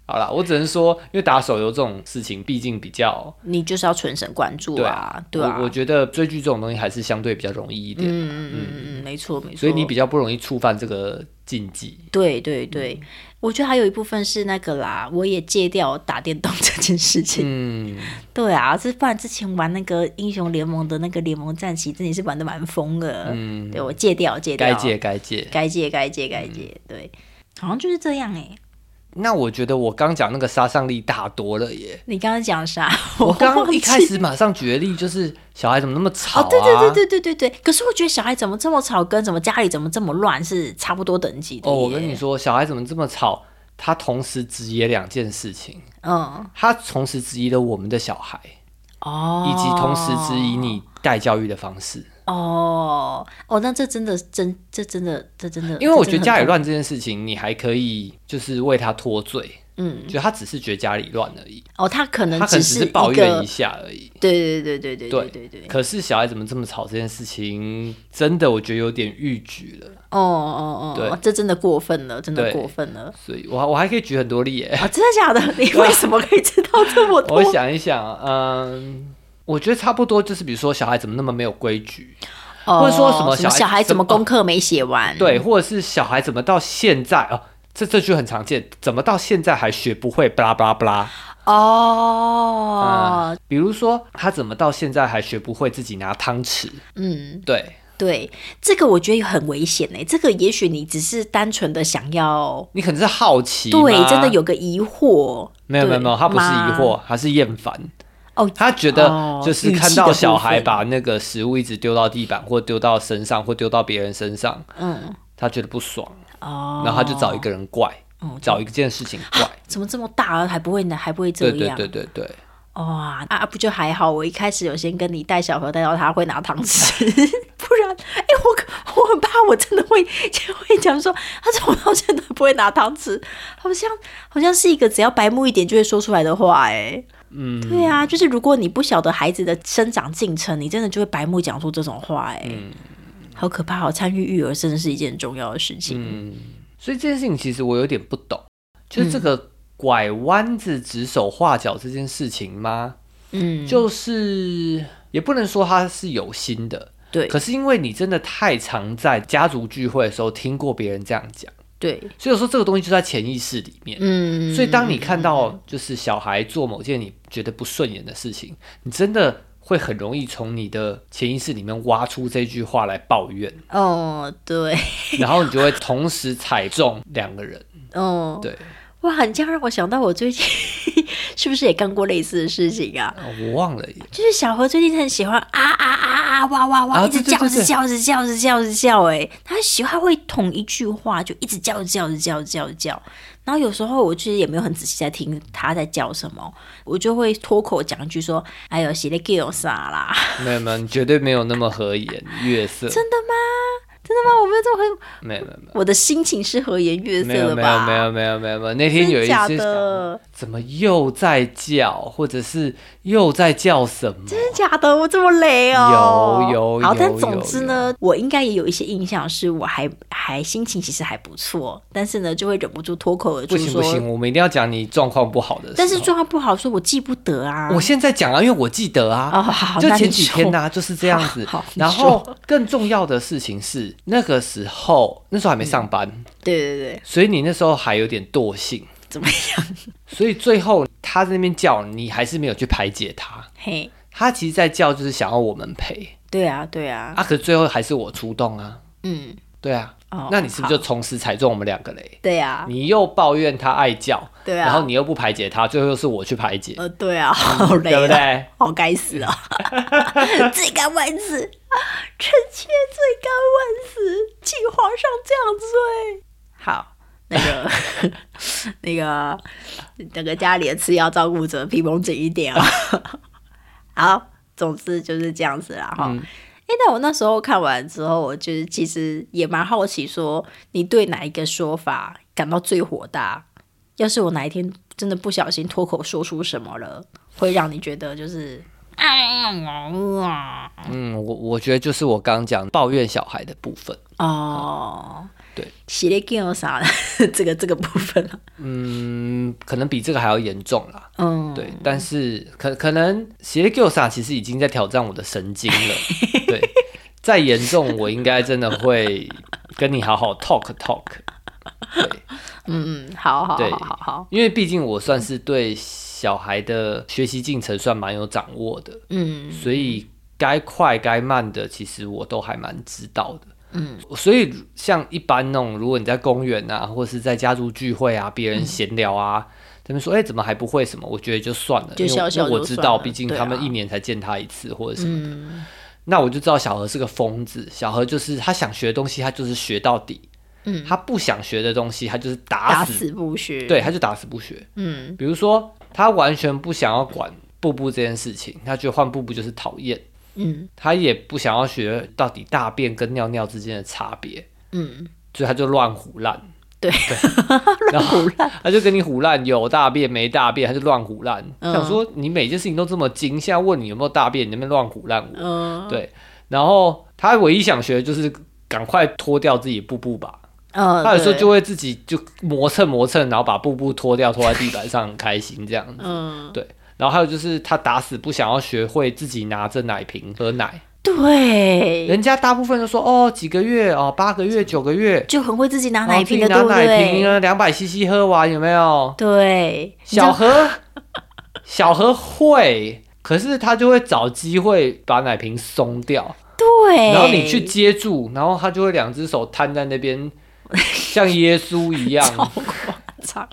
好啦，我只能说，因为打手游这种事情，毕竟比较
你就是要全神贯注啊，对啊，
我我觉得追剧这种东西还是相对比较容易一点，
嗯嗯嗯嗯，没错没错，
所以你比较不容易触犯这个禁忌。
对对对，
嗯
我觉得还有一部分是那个啦，我也戒掉打电动这件事情。
嗯，
对啊，是不然之前玩那个英雄联盟的那个联盟战旗，真的是玩的蛮疯的。嗯，对我戒掉戒掉，
该戒该戒。
该戒该戒该戒，
嗯
对，好像就是这样哎、
那我觉得我刚讲那个杀伤力大多了耶。
你刚刚讲啥？
我
忘
刚
记
一开始马上举的例就是小孩怎么那么吵啊？
哦，对对对对对对对。可是我觉得小孩怎么这么吵，跟怎么家里怎么这么乱是差不多等级的。
哦，我跟你，说，小孩怎么这么吵？他同时质疑了两件事情。
嗯，
他同时质疑了我们的小孩，
哦，
以及同时质疑你带教育的方式。
哦哦，那这真的真这真的这真的，
因为我觉得
这真的
家里
很
乱这件事情，你还可以就是为他脱罪，
嗯
就他只是觉得家里乱而已，
哦，他可能
他可能只
是
是抱
一
怨
个
一，下而已。
对对对对
对
对对对，
可是小孩怎么这么吵这件事情，真的我觉得有点逾矩了。
哦哦哦
对
哦，这真的过分了，真的
对
过分了
所以我我还可以举很多例耶。
啊！真的假的？ 你为什么可以知道这么多
我？想一想，嗯。我觉得差不多就是，比如说小孩怎么那么没有规矩，
哦
或者说什么
什么
小
小
孩
孩怎么
怎么
功课没写完？
对，或者是小孩怎么到现在哦，这这句很常见，怎么到现在还学不会巴拉巴拉巴拉，嗯
哦，
比如说，他怎么到现在还学不会自己拿汤匙？
嗯，
对，
对，这个我觉得很危险呢。这个也许你只是单纯的想要，
你可能是好奇吗，
对，真的有个疑惑，
没有没有没有，
对
他不是疑
吗
惑，他是厌烦。
哦
他觉得
哦
就是
语气
看到
的部
小孩
分
把那个食物一直丢到地板，或丢到身上，或丢到别人身上，
嗯，
他觉得不爽，
哦，
然后他就找一个人怪，
哦
找一件事情怪。
怎么这么大了还不会呢？还不会这
对
样？
对对对对，
哇、啊不就还好？我一开始有先跟你带小朋友带到他会拿糖吃， 不然，哎、我可我很怕我真的会会讲说他怎么到现在不会拿糖吃，好像好像是一个只要白目一点就会说出来的话、哎，嗯，对啊，就是如果你不晓得孩子的生长进程，你真的就会白目讲出这种话、哎、
嗯
好可怕哦！参与育儿真的是一件很重要的事情，
嗯，所以这件事情其实我有点不懂，就是这个拐弯子、指手画脚这件事情吗？
嗯，
就是也不能说他是有心的，
对
可是因为你真的太常在家族聚会的时候听过别人这样讲，
对，
所以说这个东西就在潜意识里面。
嗯，
所以当你看到就是小孩做某件你觉得不顺眼的事情，你真的会很容易从你的潜意识里面挖出这句话来 抱怨，
哦，对，
然后你就会同时踩中两个人。
哦，
对，
哇，你这样让我想到我最近 是不是也干过类似的事情啊？
啊我忘了耶。
就是小何最近很喜欢啊啊啊啊哇哇哇，
啊
一直
对对
叫，
对
一直
对
叫，一直叫，一直叫，一直叫，哎，他喜欢会同一句话就一直叫，一直叫，一直叫，一直叫，一直叫。然后有时候我其实也没有很仔细在听他在叫什么，我就会脱口讲一句说：“哎呦，写的 g i l 啥啦。”
没有没有，你绝对没有那么合眼悦色。
真的吗？真的吗？我没有这么黑，
没有没有没有。
我的心情是和颜悦色
没有
的
没有
吧？
没有没有没有没有，那天有一
真假
次
的，
怎么又在叫，或者是又在叫什么？
真的假的？我这么累哦。
有有
好，
有
但
有
总之呢，我应该也有一些印象，是我还还心情其实还不错，但是呢，就会忍不住脱口而出
不行不
说。
行，我们一定要讲你状况不好的时候。
但是状况不好，说我记不得啊。
我现在讲啊，因为我记得啊，
哦好
就
那
前
你
几
说
天 呢、就是这样子
好好。你
然
说
后更重要的事情是，那个时候那时候还没
嗯
上班，
对对对，
所以你那时候还有点惰性，
怎么样？
所以最后他在那边叫你，还是没有去排解他。
嘿，
他其实在叫，就是想要我们陪
对啊对啊，
啊，可是最后还是我出动啊，
嗯，
对啊。
哦，
那你是不是
好
就同时踩中我们两个雷？
对啊
你又抱怨他爱叫，
对啊？
然后你又不排解他，最后又是我去排解，
呃对啊，好累、
对
啊，
不对？
好该死啊！罪该万死，臣妾罪该万死，请皇上降罪。好，那个 那个那个家里的次要照顾者，皮绷紧一点哦。好，总之就是这样子啦哈。
嗯
哎、那我那时候看完之后，我就是其实也蛮好奇，说你对哪一个说法感到最火大？要是我哪一天真的不小心脱口说出什么了，会让你觉得就是哎啊
嗯，我我觉得就是我刚讲抱怨小孩的部分。
哦，
对，
洗了干啥 的这个这个部分啊了，
嗯，可能比这个还要严重啦。
嗯，
对，但是可可能斜 g i s a 其实已经在挑战我的神经了。对，再严重我应该真的会跟你好好 talk talk。对，
嗯嗯，好好
对
好好好，
因为毕竟我算是对小孩的学习进程算蛮有掌握的，
嗯
所以该快该慢的其实我都还蛮知道的。嗯，所以像一般那种，如果你在公园啊，或是在家族聚会啊，别
嗯
人闲聊啊，他们说，哎、怎么还不会什么？我觉得就算了，
就
因为
笑笑
因为
就
我知
算
道，
了
毕竟
对啊
他们一年才见他一次或者什么。
嗯
那我就知道小何是个疯子，小何就是他想学的东西，他就是学到底；
嗯，
他不想学的东西，他就是
打
打死，
死不学，
对，，他就打死不学。
嗯
比如说，他完全不想要管布布这件事情，他觉得换布布就是讨厌。
嗯
他也不想要学到底大便跟尿尿之间的差别，
嗯，
所以他就乱胡乱，
对，
然后他就跟你胡乱有大便没大便，他就乱胡乱。
嗯
想说你每件事情都这么精，现在问你有没有大便，你能不能乱胡乱我？
嗯
对，然后他唯一想学的就是赶快脱掉自己的布布吧。
呃，
他有时候
对
就会自己就磨蹭磨蹭，然后把布布脱掉，拖在地板上，很开心这样子。
嗯
对，然后还有就是他打死不想要学会自己拿着奶瓶喝奶。
对。
人家大部分都说哦，几个月哦，八个月、九个月，
就很会自己拿
然
奶
后自
瓶
己
的，
拿
对不
奶瓶
对？
啊，两百 CC 喝完有没有？
对，你知道
小何，小何会，可是他就会找机会把奶瓶松掉，
对，
然后你去接住，然后他就会两只手摊在那边，像耶稣一样。
操！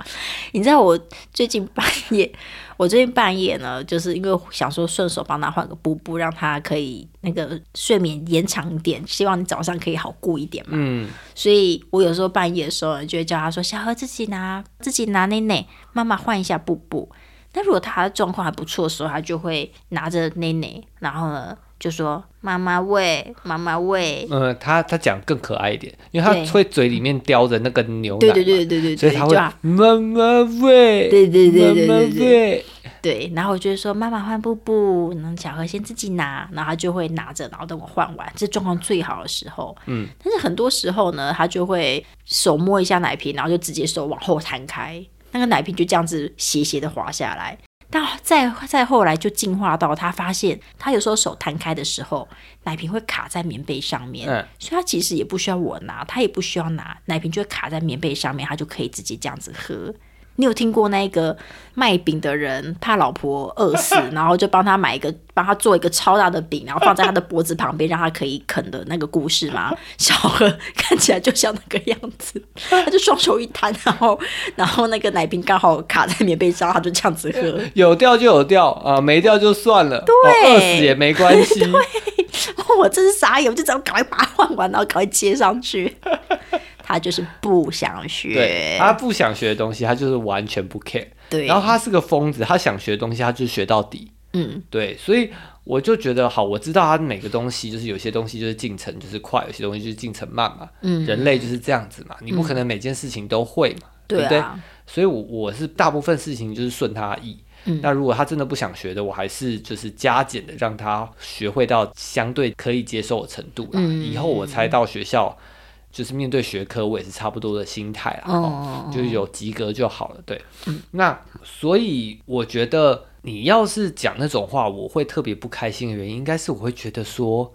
你知道我最近半夜， 我最近半夜呢，就是因为想说顺手帮他换个布布，让他可以那个睡眠延长一点，希望你早上可以好过一点嘛。
嗯，
所以我有时候半夜的时候，就会叫他说：“小何自己拿，自己拿奶奶，妈妈换一下布布。”那如果他状况还不错的时候，他就会拿着奶奶，然后呢就说：“妈妈喂，妈妈喂。
呃，他他讲更可爱一点，因为
对
他会嘴里面叼着那个牛奶，
对”对，对对对对
所
对，
以他
就
会
啊
妈妈喂，
对对对对
妈
对
妈
对。
喂，
对，然后我就会说妈妈换布布，然后小何先自己拿，然后他就会拿着，然后等我换完，这状况最好的时候。
嗯，
但是很多时候呢，他就会手摸一下奶瓶，然后就直接手往后摊开，那个奶瓶就这样子斜斜的滑下来。但再再后来就进化到他发现，他有时候手摊开的时候，奶瓶会卡在棉被上面，
嗯
所以他其实也不需要我拿，他也不需要拿，奶瓶就会卡在棉被上面，他就可以直接这样子喝。你有听过那个卖饼的人怕老婆饿 死，然后就帮他买一个，帮他做一个超大的饼，然后放在他的脖子旁边，让他可以啃的那个故事 吗？小何看起来就像那个样子，他就双手一摊，然后然后那个奶瓶刚好卡在棉被上，他就这样子 喝。
有掉就有掉啊、没掉就算了，
对
哦饿、死也没关 系。
我真是傻眼，我就只好赶快把它换完，然后赶快接上去。他就是不想
对，
学，
他不想学的东西，他就是完全不 care。
对，
然后他是个疯子，他想学的东西，他就学到底。
嗯，
对，所以我就觉得好，我知道他每个东西就是有些东西就是进程就是快，有些东西就是进程慢嘛。
嗯
人类就是这样子嘛，你不可能每件事情都会嘛，
对
不对？
啊，
所以我，我是大部分事情就是顺他意。
嗯
那如果他真的不想学的，我还是就是加减的让他学会到相对可以接受的程度啦。
嗯
以后我才到学校，就是面对学科，我也是差不多的心态啦。哦
哦，嗯
就是有及格就好了。对，那所以我觉得你要是讲那种话，我会特别不开心的原因，应该是我会觉得说，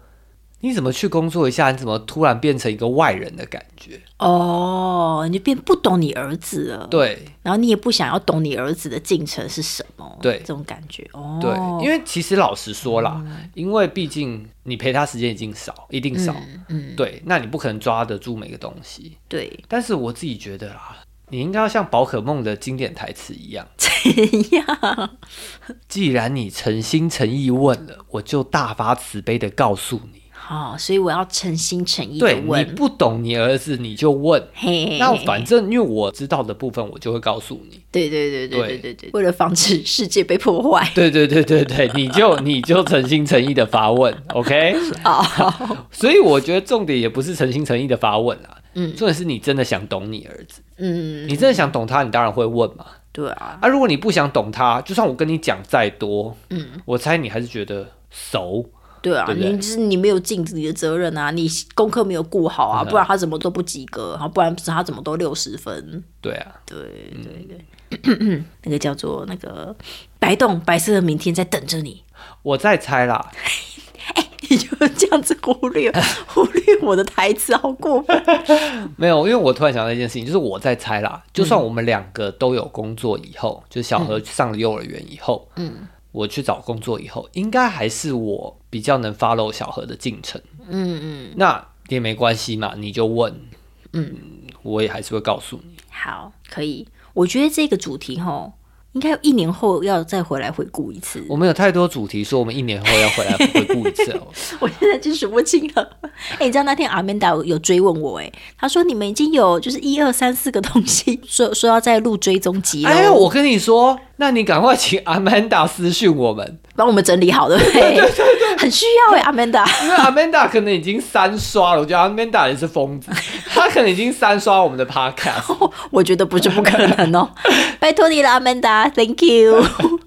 你怎么去工作一下，你怎么突然变成一个外人的感觉？
哦，你就变不懂你儿子了，，
对
然后你也不想要懂你儿子的进程是什么，
对
这种感觉，哦，
对，因为其实老实说啦，因为毕竟你陪他时间已经少，一定少，
嗯，
对，那你不可能抓得住每个东西。
对，
但是我自己觉得啦，你应该要像宝可梦的经典台词一样，
怎样？
既然你诚心诚意问了，我就大发慈悲的告诉你。
好，所以我要诚心诚意的
对你
问，
不懂你儿子，你就问。
嘿嘿，
那反正因为我知道的部分，我就会告诉你。
对对对对
对
对对对，为了防止世界被破 坏，
对对对对对，你就你就诚心诚意的发问，OK？
哦，
所以我觉得重点也不是诚心诚意的发问啦，
嗯
重点是你真的想懂你儿子，
嗯，
你真的想懂他，你当然会问嘛。
对啊，
啊，如果你不想懂他，就算我跟你讲再多，
嗯，
我猜你还是觉得熟。
对啊，
对不对
你就是你没有尽你的责任啊，你功课没有顾好啊，
嗯
不然他怎么都不及格，然后不然他怎么都六十分？
对啊，
对对对，
嗯
那个叫做那个白洞，白色的明天在等着你。
我在猜啦，
你就这样子忽略 忽略我的台词，好过分！
没有，因为我突然想到一件事情，就是我在猜啦，
嗯
就算我们两个都有工作以后，就是小何上了幼儿园以后，
嗯
我去找工作以后，应该还是我比较能 follow 小何的进程。
嗯嗯，
那也没关系嘛，你就问，
嗯
我也还是会告诉你。
好，可以。我觉得这个主题吼，应该一年后要再回来回顾一次。
我们有太多主题说我们一年后要回来回顾一次哦。
我现在就数不清了。哎、你知道那天阿曼达有追问我、哎，他说你们已经有就是一二三四个东西， 说说要再录追踪集了，
哎呀，我跟你说，那你赶快请阿曼达私讯 我们，
帮我们整理好，对不对？很需要哎、阿曼达。
因为阿曼达可能已经三刷了，我觉得阿曼达也是疯子，他可能已经三刷我们的 podcast。
我觉得不是不可能 哦，拜托你了，阿曼达，Thank you。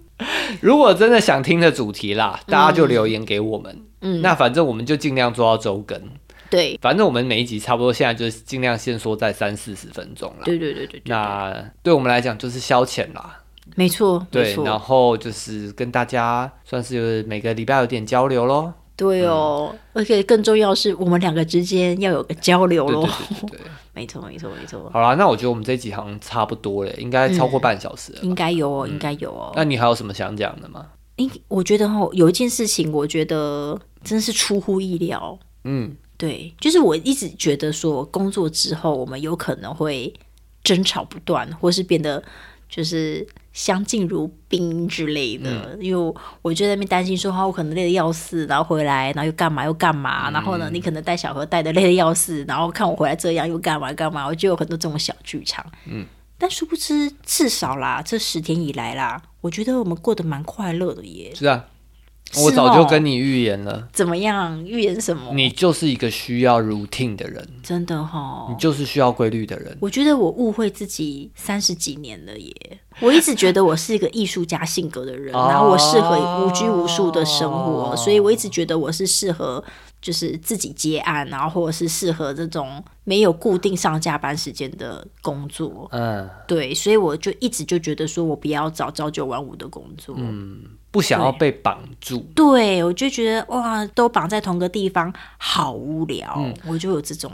如果真的想听的主题啦，
嗯
大家就留言给我们。嗯，那反正我们就尽量做到周更，
对，
反正我们每一集差不多现在就是尽量限缩在三四十分钟啦。
对对对对对，
那对我们来讲就是消遣啦，
没错，没
对，然
错，
后就是跟大家算是每个礼拜有点交流咯。
对
嗯
哦，而且更重要是我们两个之间要有个交流
对对
咯。
对对对，
没错，没错，没错，
好啦，那我觉得我们这集好像差不多了，应该
嗯
超过半小时了。
应该有哦，
嗯
应该有哦。
那你还有什么想讲的吗？
应我觉得哈，有一件事情，我觉得真是出乎意料。
嗯，
对，就是我一直觉得说，工作之后我们有可能会争吵不断，或是变得就是相敬如宾之类的。因为我就在那边担心说，啊哈，我可能累得要死，然后回来，然后又干嘛又干嘛，然后呢，你可能带小何带的累得要死，然后看我回来这样又干嘛干嘛，我就有很多这种小剧场。嗯。但殊不知，至少啦，这十天以来啦，我觉得我们过得蛮快乐的耶。
是啊，
是
我早就
哦
跟你预言了，
怎么样预言什么？
你就是一个需要 routine 的人，
真的哈、
你就是需要规律的人。
我觉得我误会自己三十几年了耶，我一直觉得我是一个艺术家性格的人，
哦
然后我适合无拘无束的生活，所以我一直觉得我是适合就是自己接案，然后或者是适合这种没有固定上下班时间的工作。
嗯，
对，所以我就一直就觉得说我不要找朝九晚五的工作。
嗯不想要被绑住。
对，我就觉得哇，都绑在同个地方，好无聊。
嗯
我就有这种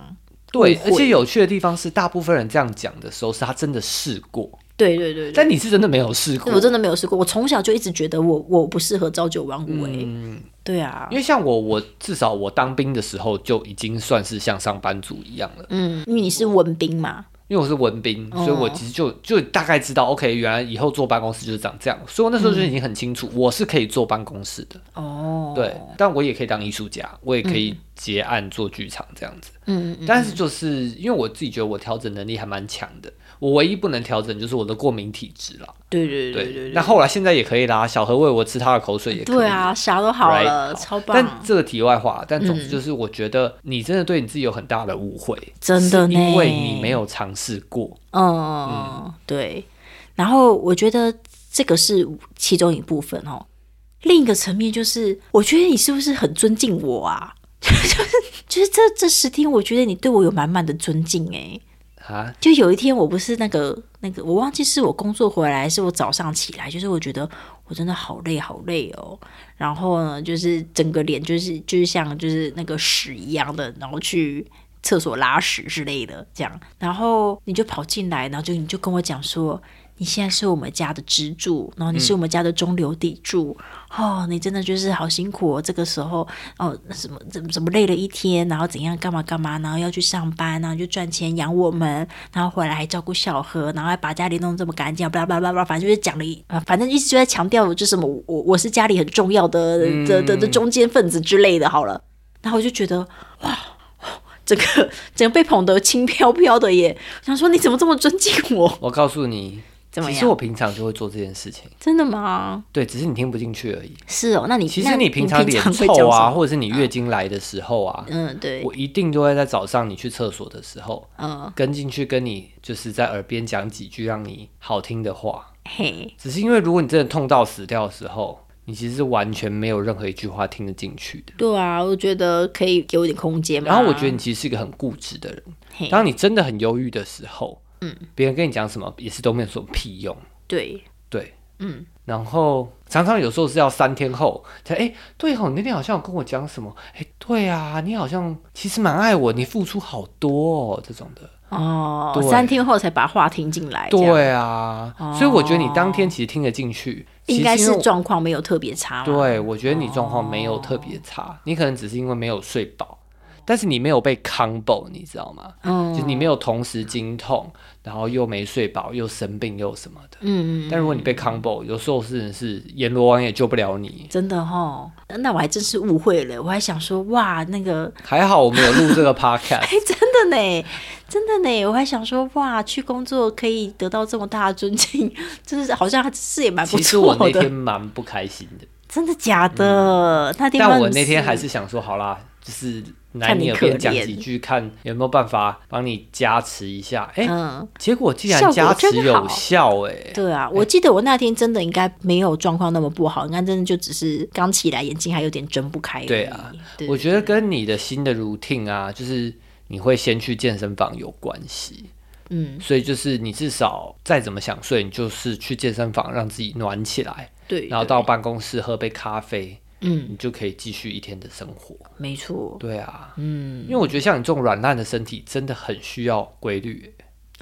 对
误，会
而且有趣的地方是，大部分人这样讲的时候，是他真的试过，
对对对对。
但你是真的没有试
嗯
过。
我真的没有试过，我从小就一直觉得我我不适合朝九晚五哎、
嗯，
对啊
因，为像我，我至少我当兵的时候就已经算是像上班族一样了，
嗯，因为你是文兵嘛，
因为我是文兵，
哦
所以我其实就就大概知道，OK，原来以后坐办公室就是长这样，所以我那时候就已经很清楚，我是可以坐办公室的，
哦，
对，但我也可以当艺术家，我也可以结案做剧场这样子。
嗯，嗯，
但是就是因为我自己觉得我调整能力还蛮强的，我唯一不能调整就是我的过敏体质啦。
对对
对
对对
那
对，
后来现在也可以啦，小何喂我吃他的口水也可以。
对啊，啥都好
Right，
了，超
但
棒，
这个题外话，但总之就是，我觉得你真的对你自己有很大的误会，
真的
是
呢，
因为你没，有尝试过。
嗯，对，然后我觉得这个是其中一部分哦，另一个层面就是，我觉得你是不是很尊敬我啊？ 就是就是这这十天，我觉得你对我有满满的尊敬哎、
啊，
就有一天，我不是那个那个，我忘记是我工作回来，还是我早上起来，就是我觉得我真的好累好累哦。然后呢，就是整个脸就是就是像就是那个屎一样的，然后去厕所拉屎之类的这样。然后你就跑进来，然后就你就跟我讲说，你现在是我们家的支柱，然后你是我们家的中流砥柱。哦，你真的就是好辛苦哦，这个时候哦，那什么怎么怎么累了一天，然后怎样干嘛干嘛，然后要去上班，然后就赚钱养我们，然后回来还照顾小何，然后还把家里弄这么干净，巴拉巴拉巴拉，反正就是讲了一，啊，反正一直就在强调，就是什么我我我是家里很重要的的的
嗯
的中间分子之类的，好了，然后我就觉得哇。整个整个被捧得轻飘飘的耶，我想说你怎么这么尊敬我？
我告诉你，
怎么
其
样
实我平常就会做这件事情，
真的吗？
对，只是你听不进去而已。
是哦，那你
其
那
实你
平
平常脸
会
臭
讲什么
啊，或者是你月经来的时候啊，
嗯，对，
我一定就会在早上你去厕所的时候，
嗯，
跟进去跟你就是在耳边讲几句让你好听的话。
嘿，
只是因为如果你真的痛到死掉的时候，你其实是完全没有任何一句话听得进去的。
对啊，我觉得可以给我一点空间嘛。
然后我觉得你其实是一个很固执的人，
嘿，
当你真的很忧郁的时候，嗯，别人跟你讲什么也是都没有什么屁用，
对，
对，
嗯。
然后常常有时候是要三天后才，哎，对哦，你那天好像有跟我讲什么，哎，对啊，你好像其实蛮爱我，你付出好多哦，这种的，
哦，
对
三天后才把话听进哎来，这样，
对啊，所以我觉得你当天其实听得进去，
应该
其实因
是
为
状况没有特别差嘛。
对，我觉得你状况没有特别差，你可能只是因为没有睡饱，但是你没有被 combo，你知道吗？
嗯
就你没有同时经痛，然后又没睡饱，又生病又什么的。
嗯，
但如果你被 combo，有时候是是阎罗王也救不了你。
真的哦，那我还真是误会了，我还想说，哇，那个，
还好我们有录这个 podcast，
哎，真的呢，真的呢，我还想说，哇，去工作可以得到这么大的尊敬， 真是好像是也蛮不
其实我
错
那天
的，
蛮不开心 的，
真的假的？那天
但
让
我
你
那天
是
还是想说，好啦，就是来
看你
你耳边
可
讲
怜
几句，看有没有办法帮你加持一下。哎、
嗯。
结果竟
效
然
果
加持
真
有
好
效、哎，
对啊，我记得我那天真的应该没有状况那么不好，应该真的就只是刚起来，眼睛还有点睁不开而已。
对啊
对，
我觉得跟你的新的 routine 啊，就是你会先去健身房有关系，
嗯，
所以就是你至少再怎么想睡，你就是去健身房让自己暖起来，
对，
然后到
对
办公室喝杯咖啡，
嗯，
你就可以继续一天的生活。
没错，
对啊，
嗯，
因为我觉得像你这种软烂的身体，真的很需要规律。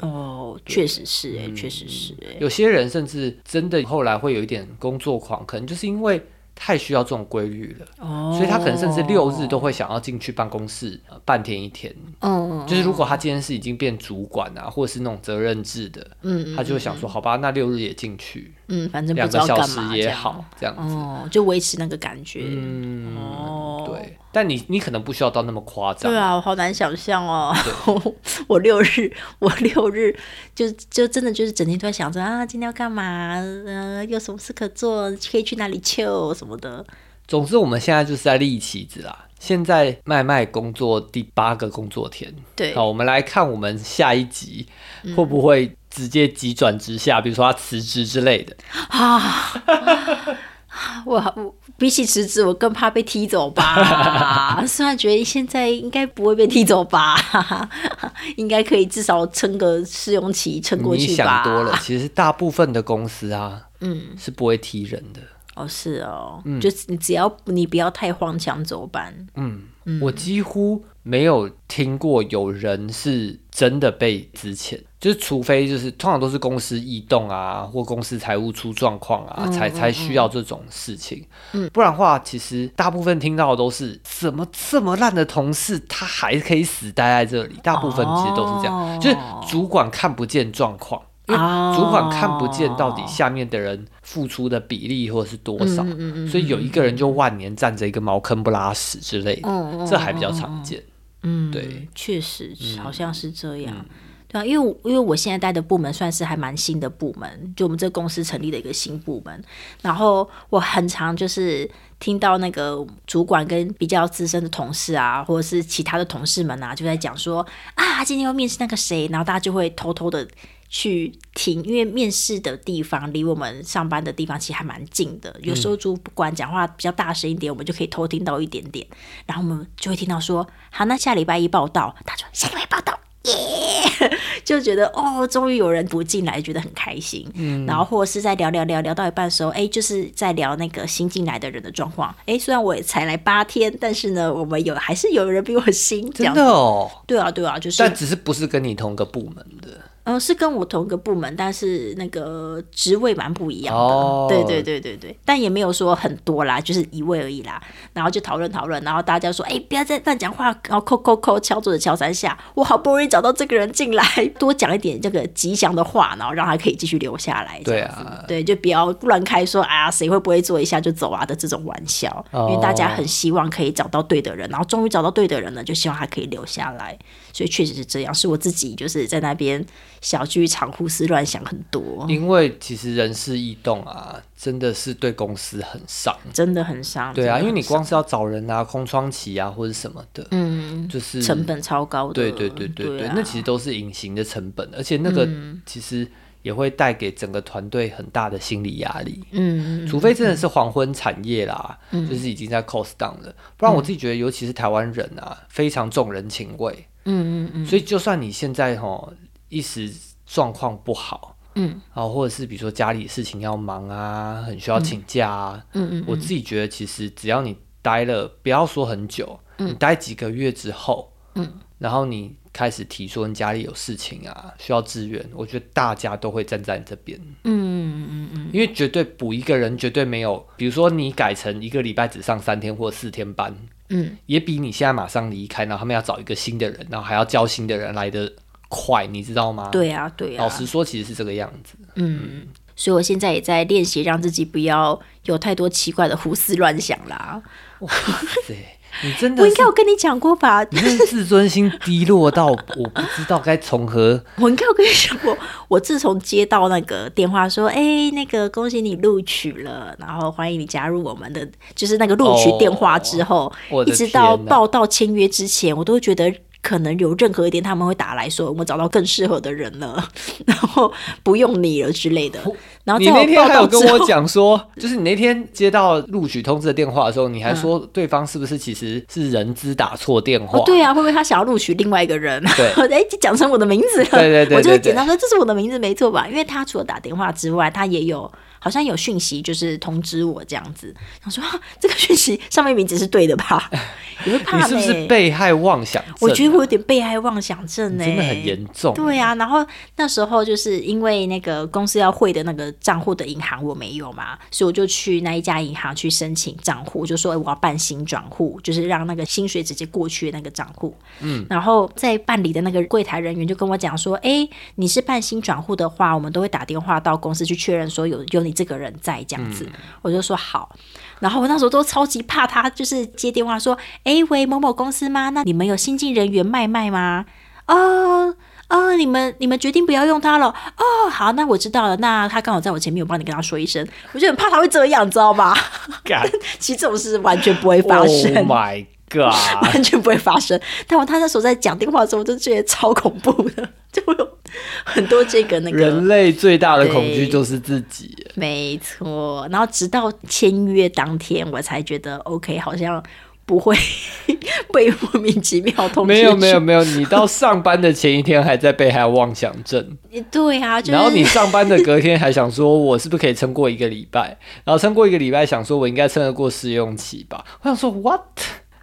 哦，确实是
嗯
哎、确实是哎、
有些人甚至真的后来会有一点工作狂，可能就是因为太需要这种规律了，
哦，
所以他可能甚至六日都会想要进去办公室、呃半天一天。
嗯，
就是如果他今天是已经变主管啊，或者是那种责任制的，
嗯嗯
他就会想说，好吧，那六日也进去，
嗯，反正不
两
知道
个小
干
时
嘛这
也
样，
好，这样子。
哦，就维持那个感觉，
嗯，
哦，。
对。但你你可能不需要到那么夸张
对，啊，我好难想象哦！ 我六日，我六日就就真的就是整天都在想着啊，今天要干嘛？呃，有什么事可做？可以去哪里秀什么的？
总之我们现在就是在立旗子啦。现在麦麦工作第八个工作天，
对，嗯
好，我们来看我们下一集会不会直接急转直下，比如说他辞职之类的。
啊，我我比起辞职，我更怕被踢走 吧。虽然觉得现在应该不会被踢走吧， 应该可以至少撑个试用期撑过
你
去
想
吧。
多了，其实大部分的公司啊，
嗯，
是不会踢人的。
哦是哦，就是你只要你不要太荒腔走板，
嗯，我几乎没有听过有人是真的被资遣，就是除非就是通常都是公司异动啊，或公司财务出状况啊，才才需要这种事情。嗯，不然的话，其实大部分听到的都是怎么这么烂的同事，他还可以死待在这里。大部分其实都是这样，
哦
就是主管看不见状况。因为主管看不见到底
哦
下面的人付出的比例或者是多少，
嗯嗯嗯嗯
所以有一个人就万年站着一个茅坑不拉屎之类的，
嗯嗯
这还比较常见。
嗯，
对，
确实好像是这样。对啊，因为我因为我现在待的部门算是还蛮新的部门，就我们这公司成立的一个新部门。然后我很常就是听到那个主管跟比较资深的同事啊，或者是其他的同事们啊，就在讲说啊，今天要面试那个谁，然后大家就会偷偷的去听，因为面试的地方离我们上班的地方其实还蛮近的。有时候主管讲话比较大声一点，我们就可以偷听到一点点。然后我们就会听到说，好，那下礼拜一报道，他说下礼拜一报道，耶，就觉得哦，终于有人不进来，觉得很开心。嗯，然后或者是在聊聊聊聊到一半的时候，哎，就是在聊那个新进来的人的状况。哎，虽然我也才来八天，但是呢，我们有还是有人比我新，这
真
样
的哦，
对啊，对啊，就是
但只是不是跟你同个部门的
嗯，是跟我同个部门，但是那个职位蛮不一样的。
哦
对对对对对，但也没有说很多啦，就是一位而已啦。然后就讨论讨论，然后大家说：“哎、不要再乱讲话，然后扣扣扣，敲桌子敲三下。我好不容易找到这个人进来，多讲一点这个吉祥的话，然后让他可以继续留下来。”
对啊，
对，就不要乱开说啊，谁会不会做一下就走啊的这种玩笑，因为大家很希望可以找到对的人，然后终于找到对的人了，就希望他可以留下来。所以确实是这样，是我自己就是在那边小剧场胡思乱想很多，
因为其实人事异动啊，真的是对公司很伤。
真的很伤。
对啊，
真
因
的
为你光是要找人啊、空窗期啊或者什么的，
嗯，
就是
成本超高的，
对对对对对，
对啊，嗯
那其实都是隐形的成本，而且那个其实也会带给整个团队很大的心理压力。
嗯，
除非真的是黄昏产业啦，就是已经在 cost down 了，不
嗯
然我自己觉得，尤其是台湾人啊，非常重人情味，
嗯嗯嗯
所以就算你现在吼一时状况不好，
嗯，
啊，或者是比如说家里事情要忙啊，很需要请假啊，
嗯嗯，
我自己觉得其实只要你待了，不要说很久，你待几个月之后，
嗯，
然后你开始提说你家里有事情啊，需要支援，我觉得大家都会站在你这边，
嗯嗯嗯
因为绝对补一个人绝对没有，比如说你改成一个礼拜只上三天或四天班，
嗯，
也比你现在马上离开，然后他们要找一个新的人，然后还要教新的人来的快，你知道吗？、
对啊对啊
老，实说，其实是这个样子。
嗯。所以我现在也在练习，让自己不要有太多奇怪的胡思乱想啦。
对，你真
我
的
应
是
该，有跟你讲过 吧？
你真的自尊心低落到我不知道该从何。
我应该有跟你讲过， 我自从接到那个电话说，哎、那个恭喜你录取了，然后欢迎你加入我们的，就是那个录取电话之后，
哦我
一
的
直到
天哪
报到签约之前，我都觉得。可能有任何一天他们会打来说，我找到更适合的人了， 然后不用你了之类的。 然后
你
在
那
我
天
报
还有
到
跟
之
我
后，
讲说，就是你那天接到录取通知的电话的时候，你还
嗯
说对方是不是其实是人资打错电话？
哦，对啊，会不会他想要录取另外一个人？
对
哎，讲成我的名字了，
对对对
我就会
对对
简单说这是我的名字没错吧？因为他除了打电话之外，他也有好像有讯息就是通知我这样子，想说、啊、这个讯息上面名字是对的 吧？也会怕
你
呢、
是不是被害妄想症？
我觉得我有点被害妄想症呢、
真的很严重。
对啊，然后那时候就是因为那个公司要汇的那个账户的银行我没有嘛，所以我就去那一家银行去申请账户，就说、哎我要办新转户，就是让那个薪水直接过去的那个账户。嗯，然后在办理的那个柜台人员就跟我讲说，哎，你是办新转户的话，我们都会打电话到公司去确认说有有你这个人在这样子。我就说好，然后我那时候都超级怕他，就是接电话说，哎喂，某某公司吗？那你们有新进人员麦麦吗？哦哦，你们你们决定不要用它了哦。好，那我知道了。那他刚好在我前面，我帮你跟他说一声。我就很怕他会这样，你知道吗？
干
其实这种事完全不会发
Oh
生。
my god！
完全不会发生。但我他那时候在讲电话的时候，我就觉得超恐怖的， 就有很多这个那个，
人类最大的恐惧
对
就是自己。
没错。然后直到签约当天，我才觉得 OK，好像不会 被莫名其妙通知
没有没有
去，
没有，你到上班的前一天还在被害妄想症，
对啊，就是
然后你上班的隔天还想说，我是不是可以撑过一个礼拜？然后撑过一个礼拜，想说我应该撑得过试用期吧？我想说 what？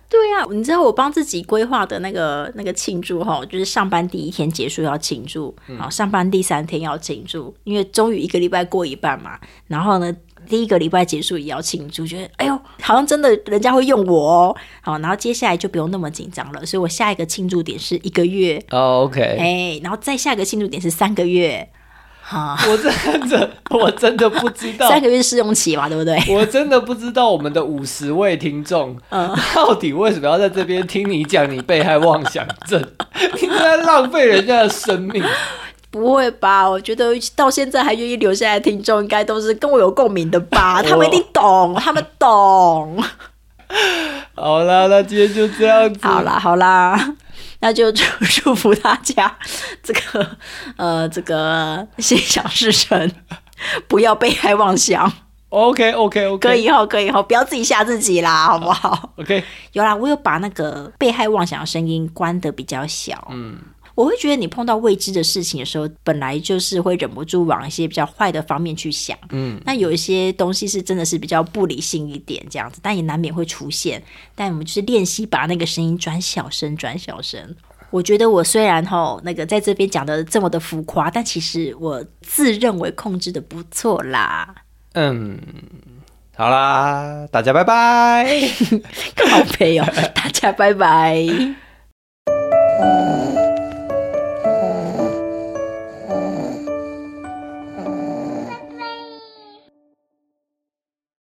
对啊，你知道我帮自己规划的那个那个庆祝哈，就是上班第一天结束要庆祝，
嗯
然后上班第三天要庆祝，因为终于一个礼拜过一半嘛。然后呢，第一个礼拜结束也要庆祝，觉得哎呦，好像真的人家会用我哦。好，然后接下来就不用那么紧张了。所以我下一个庆祝点是一个月，
哦、o k
哎，然后再下一个庆祝点是三个月，哈、
我真的 我真的不知道，
三个月试用期嘛，对不对？
我真的不知道我们的五十位听众
嗯
到底为什么要在这边听你讲你被害妄想症？ 你在浪费人家的生命。
不会吧？我觉得到现在还愿意留下来的听众，应该都是跟我有共鸣的吧？他们一定懂，他们懂。
好啦，那今天就这样子。
好啦，好啦， 那就祝祝福大家这个呃这个心想事成，不要被害妄想。
OK OK OK，
可以后，可以后，不要自己吓自己啦，好不好？
OK，
有啦，我有把那个被害妄想的声音关得比较小。
嗯，
我会觉得你碰到未知的事情的时候，本来就是会忍不住往一些比较坏的方面去想。
嗯，
那有一些东西是真的是比较不理性一点这样子，但也难免会出现。但我们就是练习把那个声音转小声，转小声。我觉得我虽然吼那个在这边讲的这么的浮夸，但其实我自认为控制的不错啦。
嗯，好啦，大家 拜拜。
好朋友，大家拜拜。